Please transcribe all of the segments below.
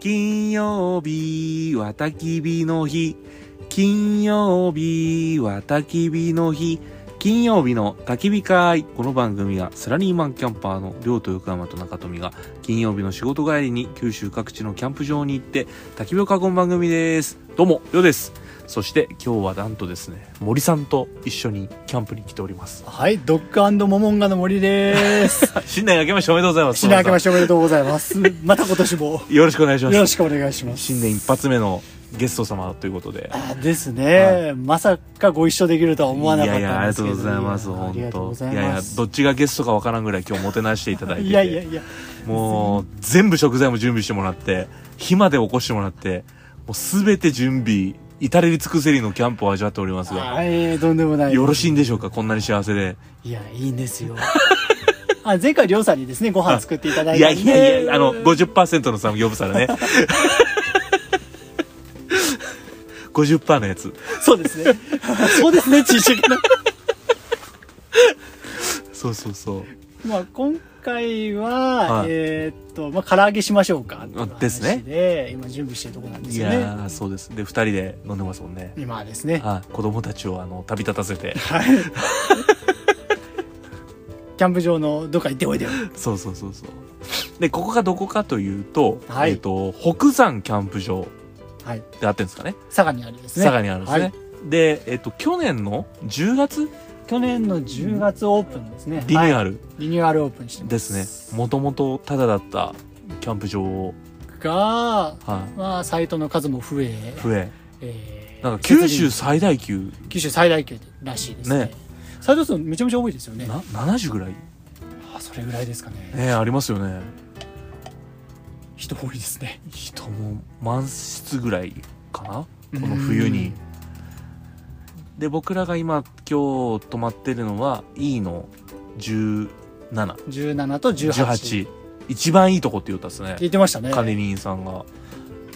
金曜日は焚き火の日金曜日は焚き火の日金曜日の焚き火会この番組はサラリーマンキャンパーの亮と横山と中富が金曜日の仕事帰りに九州各地のキャンプ場に行って焚き火を囲む番組ですどうも亮ですそして今日はなんとですね森さんと一緒にキャンプに来ておりますはい、ドッグモモンガの森です。新年明けまして おめでとうございます新年明けまししておめでとうござい ます。また今年もよてよろしくお願いしますろしくお願いします。新年一発目のゲスト様ということであですね、はまさかご一緒できるとは思わなかっいやいやたあんりがとですうけごど、ざいます本あ当りがとうございやいやます。どっちがゲストかわからんぐらい今日もてなしていただいてていやいやいや、もう全部食材も準備してもらって火まで起こしてもらってもう全て準備至れり尽くせりのキャンプを味わっておりますはがい、とんでもない。よろしいんでしょうかこんなに幸せでいや、いいんですよ。 あ前回、りょうさんにですね、ご飯作っていただいいたやんでいやいやあの50%の産業部さらね 50%のやつそうです ね。そうですね、ちっちゃくなそうそうそうまあ、今回は、はいえーっと、まあ、唐揚げしましょうか。ですねで、今準備してるとこなんでいすよやね。ーそうですで2人で飲んでますもんね今はですね。あ子供たちをあの旅立たせてはい。キャンプ場のどっか行っておいでよ。そうそうそうそうでここがどこかというと,、はいえっと北山キャンプ場はい。であってるんですかね佐賀にあるですね。佐賀にあるんですね、はいで、えっと去年の10月去年の10月オープンですね。リニューはいアルリニューアルオープンしてます。ですねもともとタダだったキャンプ場を、が、はまあ、サイトの数も増え、い、増ええーなんか九州設最大級備九州最大級らしいですね。ねサイト数めちゃめちゃ多いですよね。な70ぐらいあそれぐらいですかね。ねありますよね人多いですね。人も満室ぐらいかなこの冬うにん。で僕らが今今日泊まってるのは E の1718 17と18一番いいとこって言ったっすね言ってましたねカネリンさんが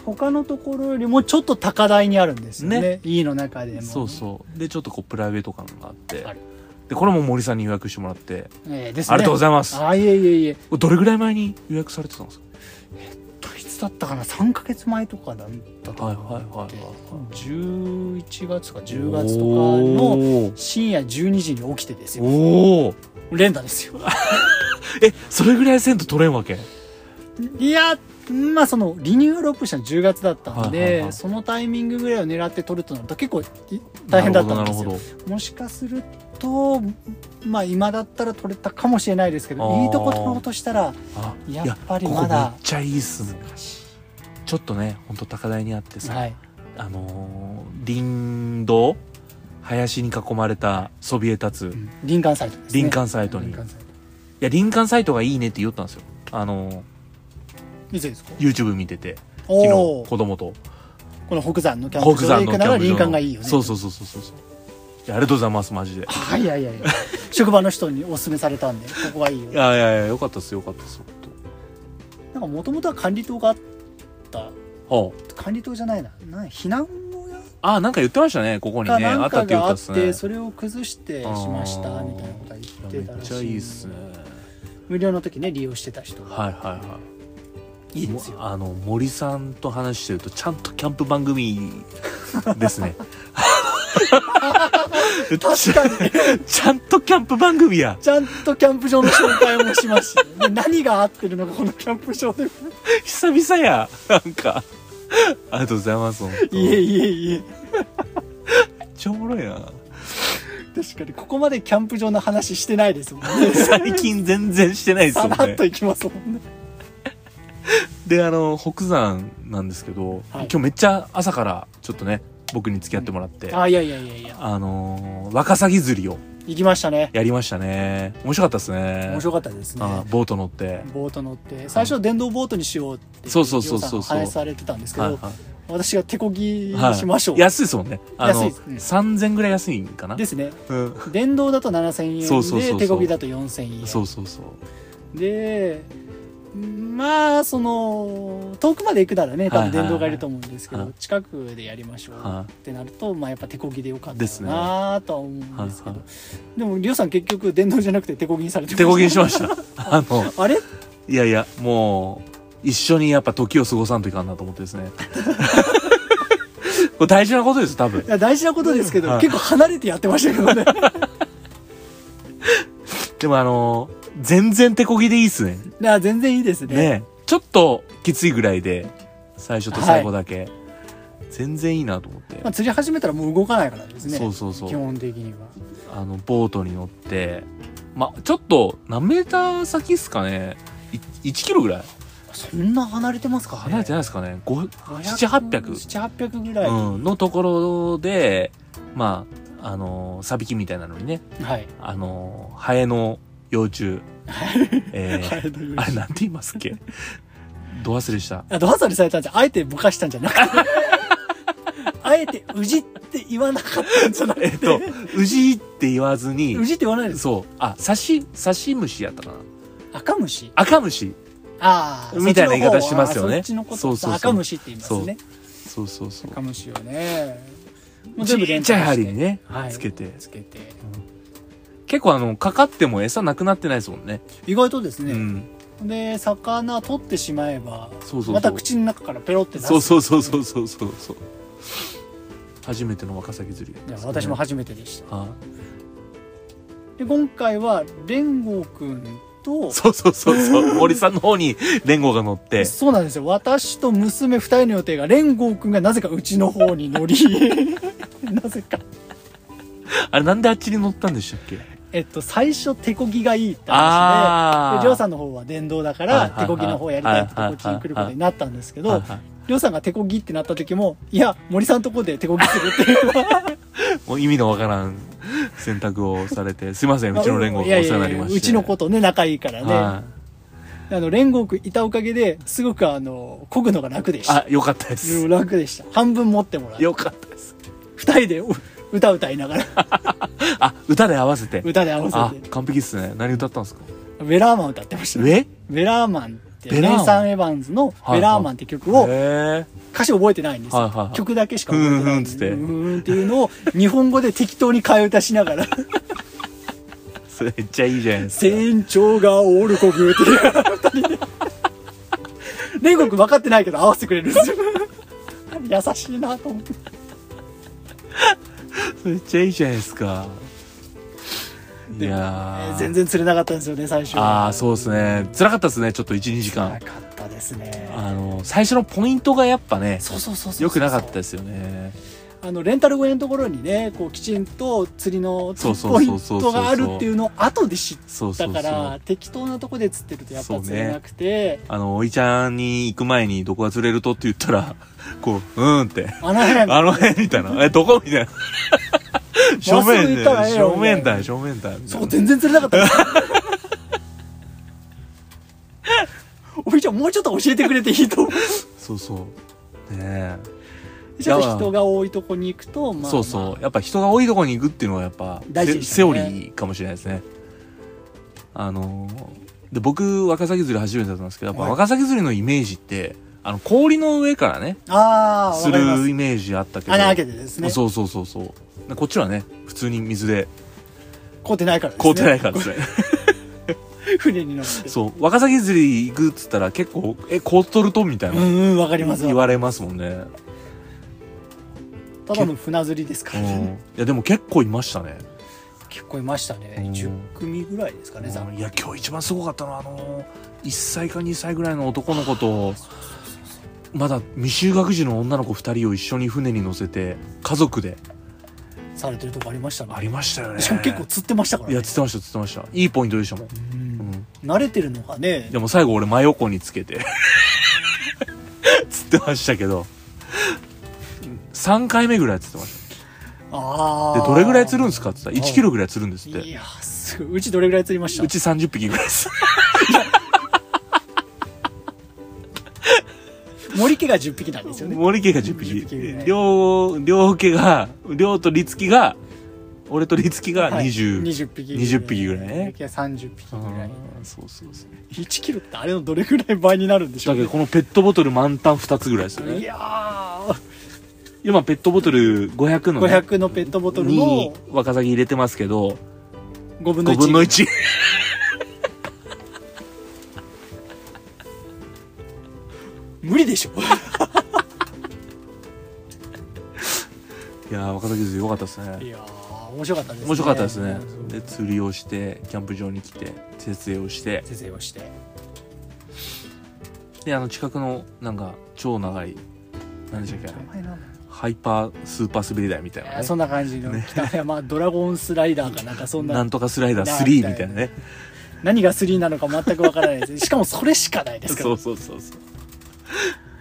他のところよりもちょっと高台にあるんですよねね E の中でもそうそうでちょっとこうプライベート感があってはいでこれも森さんに予約してもらってえーですね、ありがとうごいざいますあいえいえいえどれぐらい前に予約されてたんですかといつだったかな3か月前とかだったと思って、はいはいはいはい11月か10月とかのおー深夜12時に起きてですよおー連打ですよえそれぐらいせんと取れんわけいやまあそのリニューアルオープンしたの10月だったんで、はいはいはいそのタイミングぐらいを狙って取るとなると結構い大変だったんですなるほよどなるもしかするとまあ今だったら取れたかもしれないですけあどーいいとこ取ろうとしたらほどあやっぱりいやまここだめっちゃいいっすねちょっとねほんと高台にあってさ、はいあのー林道林に囲まれたそびえ立つ、ういん林間サイトですね林間サイトに林間サイトや林間サイトがいいねって言ったんですよあのーいつですか YouTube 見てて昨日おお子供とこの北山のキャンプ北場山のキャンプで行くな場らの林間がいいよねそうそうそうそうそうそういやありがとうございますマジではいいや いやいや職場の人にお勧めされたんでここがいいよいやいやいやよかったっすよかったっす本なんかもともとは管理棟があった当管理棟じゃないななん避難小屋ああなんか言ってましたねここにかねなあんったかって言っがあたっっすてねそれを崩してしましたみたいなことは言っていやためっらしちゃいいっすね無料の時ね利用してた人はいはいはいいいですよあの森さんと話してるとちゃんとキャンプ番 組ですね確かに ちゃんとキャンプ番組やちゃんとキャンプ場の紹介もしますし、ね、何が合ってるのかこのキャンプ場で久々やなんかありがとうございます本当いえいえいえめっちゃおもろいな確かにここまでキャンプ場の話してないですもんね最近全然してないですさよらっねといきますもんねであの北山なんですけど、は今い日めっちゃ朝からちょっとね僕に付き合ってもらって、あいやいやいやいやあのーワカサギ釣りを行きましたねやりましたね面白かったですね面白かったですねあボート乗ってボート乗って最初は電動ボートにしようってそうそうそうそうそうお話しされてたんですけど、はいはい私が手こぎはいしましょう、安いですもんねあの安いですね3000ぐらい安いんかなですねうん電動だと7000円でそうそうそうそう手こぎだと4000円そう そうそうでまあその遠くまで行くならね多はいはい分はい電動がいると思うんですけど、はい近くでやりましょうはってなると、まあ、やっぱ手こぎでよかったですねなとは思うんですけはど、いはでもリオさん結局電動じゃなくて手こぎにされ てい手こぎにしまましたあのしたあれいやいやもう一緒にやっぱ時を過ごさんといかんなと思ってです ねこれ大事なことです多分いや大事なことですけど、はい結構離れてやってましたけどね でもあのー全然手こぎでいいっすねいや全然いいですねねちょっときついぐらいで最初と最後だけ、全然いいなと思って、まあ、釣り始めたらもう動かないからですねそうそうそう基本的にはあのボートに乗ってまあちょっと何メーター先っすかねい1キロぐらいそんな離れてますか離れてないですかね5 7 8 0 0 700800ぐらい、うん、のところでまああのーサビキみたいなのにね はいあのーハエの幼 虫、えーあれなんて言いますっけど忘れ したあドハサリされたんじゃあえてぼかしたんじゃな くてあえて「うじ」って言わなかったんじゃなくて、えっと「うじ」って言わずにうじって言わないですそうあ刺し刺し虫やったかな赤虫赤虫ああみたいな言い方しますよねそっちのことそうそうそう赤虫って言いますねそうそうそう赤虫をねちっちゃい針にねね、はいつけてつけて結構あのかかっても餌なくなってないですもんね意外とですうね、んで魚取ってしまえばそうそうそうまた口の中からペロって出すそうそうそうそうそうそうそう初めてのワカサギ釣りいや私も初めてでしたはで今回は連合くんとそうそうそうそう 森さんの方に連合が乗ってそうなんですよ私と娘2人の予定が連合くんがなぜかうちの方に乗り なぜかあれなんであっちに乗ったんでしたっけえっと最初手こぎがいいって話であでありょうさんの方は電動だかはいらはいはい手こぎの方やりたいってこっちに来ることになったんですけどりょうさんが手こぎってなった時もいや森さんとこで手こぎするっていうもう意味のわからん選択をされてすい ませ んうちの連合がおい世や話いやいやになりましてうちの子とね仲いいからね、はあの連合区いたおかげですごくあの漕ぐのが楽でいしたあよかったです楽でした半分持ってもらってよかったです二人でお歌歌いながらあ歌で合わせて歌で合わあせて完璧っすね何歌ったんですか「ベラーマン」歌ってましたねえベラーマン」ってベレイラーマンサン・エヴァンズの「はいベラーマン」って曲をへえ歌詞覚えてないんですはいはいはよい曲だけしか覚えてないんですふんふんつってふーんっていうのを日本語で適当に替え歌しな がらそれめっちゃいいじゃないですか船長がオールコグっていう 二人で煉獄分かってないけど合わせてくれるんですよ優しいなと思ってめっちゃいいじゃないですかいでもやねー全然釣れなかったんですよね最初ああそうですね辛かったですねちょっと12時な間かったですねあの最初のポイントがやっぱねそうそうそうそう良くなかったですよねあのレンタル小屋のところにねこうきちんと釣りのそうそポうイそうンそうトがあるっていうのを後で知っそうそたうかそうらあ適当なとこで釣ってるとやっぱ釣れなくて、のおいちゃんに行く前にどこが釣れるとって言ったら こううーんってあの辺あの辺みたい なえどこみたいな正面行っでたらええよ正面だよ正面だよそう全然釣れなかったですおいちゃんもうちょっと教えてくれていいと思うそうそうねちょっと人が多いとこに行くと、えまあ、そうそうやっぱ人が多いところに行くっていうのはやっぱ大事セですセよオリねーかもしれないですねあので僕ワカサギ釣り初めてだったんですけどやっぱはいワカサギ釣りのイメージってあの氷の上からねまああー、すわかりまるすイ。メージあったけど穴開けてですね。そうそうそうそうでこっちはね普通に水で凍ってないからですね。凍ってないからですね船に乗って。そうワカサギ釣り行くっつったら結構え凍っとるとみたいうんなうん、わかります。言われますもんね、ただの船釣りですかうらん、いね。やでも結構いましたね結構いましたねう。ん10組ぐらいですかね、ざっいや今日一番すごかったのはあの1歳か2歳ぐらいの男の子とまだ未就学児の女の子2人を一緒に船に乗せて家族でされてるとこありましたあね。りましたよねしかも結構釣ってましたからいやね。つってましたつってましたいいポイントでしたもん、ううんん、慣れてるのがね、でも最後俺真横につけて つってましたけど3回目ぐらいつってましあたであ。どれぐらい釣るんですかって言ったらあー1キロぐらい釣るんですっいてや、すごい。うちどれぐらい釣りましたうち30匹ぐらいです森家が10匹なんですよね。森家が10 10匹ぐら匹い両両家が両と律樹が俺と律樹がはい20、 20匹。 20匹ぐらいね森家30匹うぐらい。んそうそうそう1キロってあれのどれぐらい倍になるんでしだょうけねどこのペットボトル満タン2つぐらいですよいねやー今ペットボトル500の、ね、 500のペットボトルにのワカサギ入れてますけど5分の5 1分の1無理でしょいやー若崎釣りよかったですねいやー面白かったですね面白かったですねそうで釣りをしてキャンプ場に来て設営をして先生をしてであの近くのなんか超長い何でしたっけあれ名前なんだハイパースーパー滑り台みたいなそねんな感じの北山ドラゴンスライダーかなんかそんななんとかスライダーな3みたいなね何が3なのか全くわからないですしかもそれしかないですからそうそうそうそう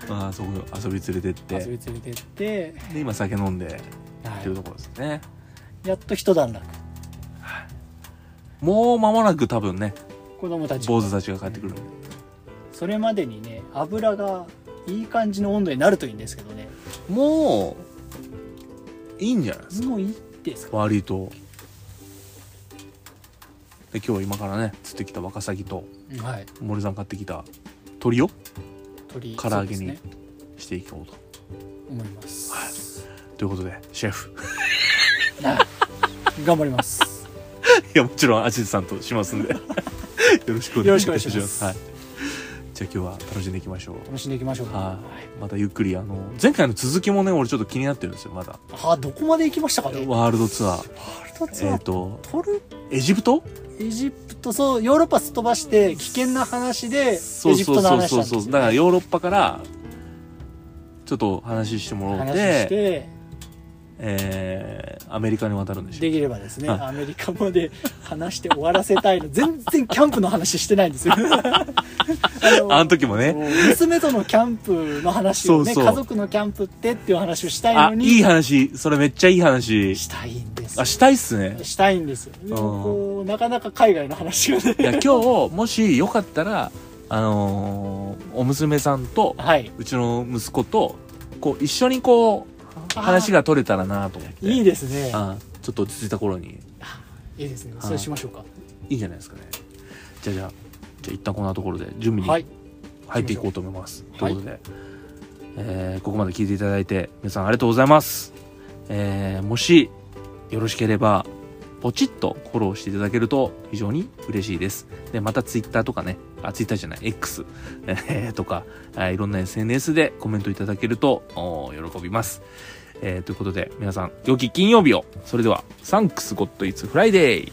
まあそこ遊び連れてって遊び連れてって、で今酒飲んでっていうはところですねい、やっと一段落もう間もなく多分ね子供たちも坊主たちが帰ってくるんでそれまでにね油がいい感じの温度になるといいんですけどねもういいんじゃないですかもういいですか割とで今日今からね釣ってきたワカサギとはい森さん買ってきた鳥を鶏唐揚げそうにですねしていこうと思います、ということでシェフはい、頑張 りますいやもちろんアシスタントしますん でよろしくお願よろいししくお願まいしすますはい、じゃあ今日は楽しんでいきましょう楽しんでいきましょうはいまたゆっくりあの前回の続きもね俺ちょっと気になってるんですよまだあどこまで行きましたかねワワールドツアーールドツえアっ、ーとトルエジプトエジプトそうヨーロッパすっ飛ばして危険な話でエそうジプそうトのそう話そなうんですよ、そう、ね、だからヨーロッパからちょっと話してもらおう話てしてえーアメリカに渡るんでしょできればですね、はいアメリカまで 話して終わらせたいの全然キャンプの話してないんですよあ のあの時もね娘とのキャンプの話をねそうそう家族のキャンプってっていう話をしたいあのにいい話それめっちゃいい話したいんですあしたいっすねしたいんですよでもこうなかなか海外の話がいねや今日もしよかったらあのーお娘さんと はいうちの息子とこう一緒にこうあー話が取れたらなと思っていいですねあーちょっと落ち着いた頃にいいですねはいそうしましょうかいいんじゃないですかねじゃあじゃあじゃあ一旦こんなところで準備にはい入っていこうと思います。とはいいうことで、えーここまで聞いていただいて皆さんありがとうございます。えーもしよろしければポチッとフォローしていただけると非常に嬉しいです。でまたツイッターとかねあツイッターじゃない X、えー とかあーいろんな SNS でコメントいただけるとおー喜びます。えーということで皆さん良き金曜日をそれではサンクスゴッドイツフライデー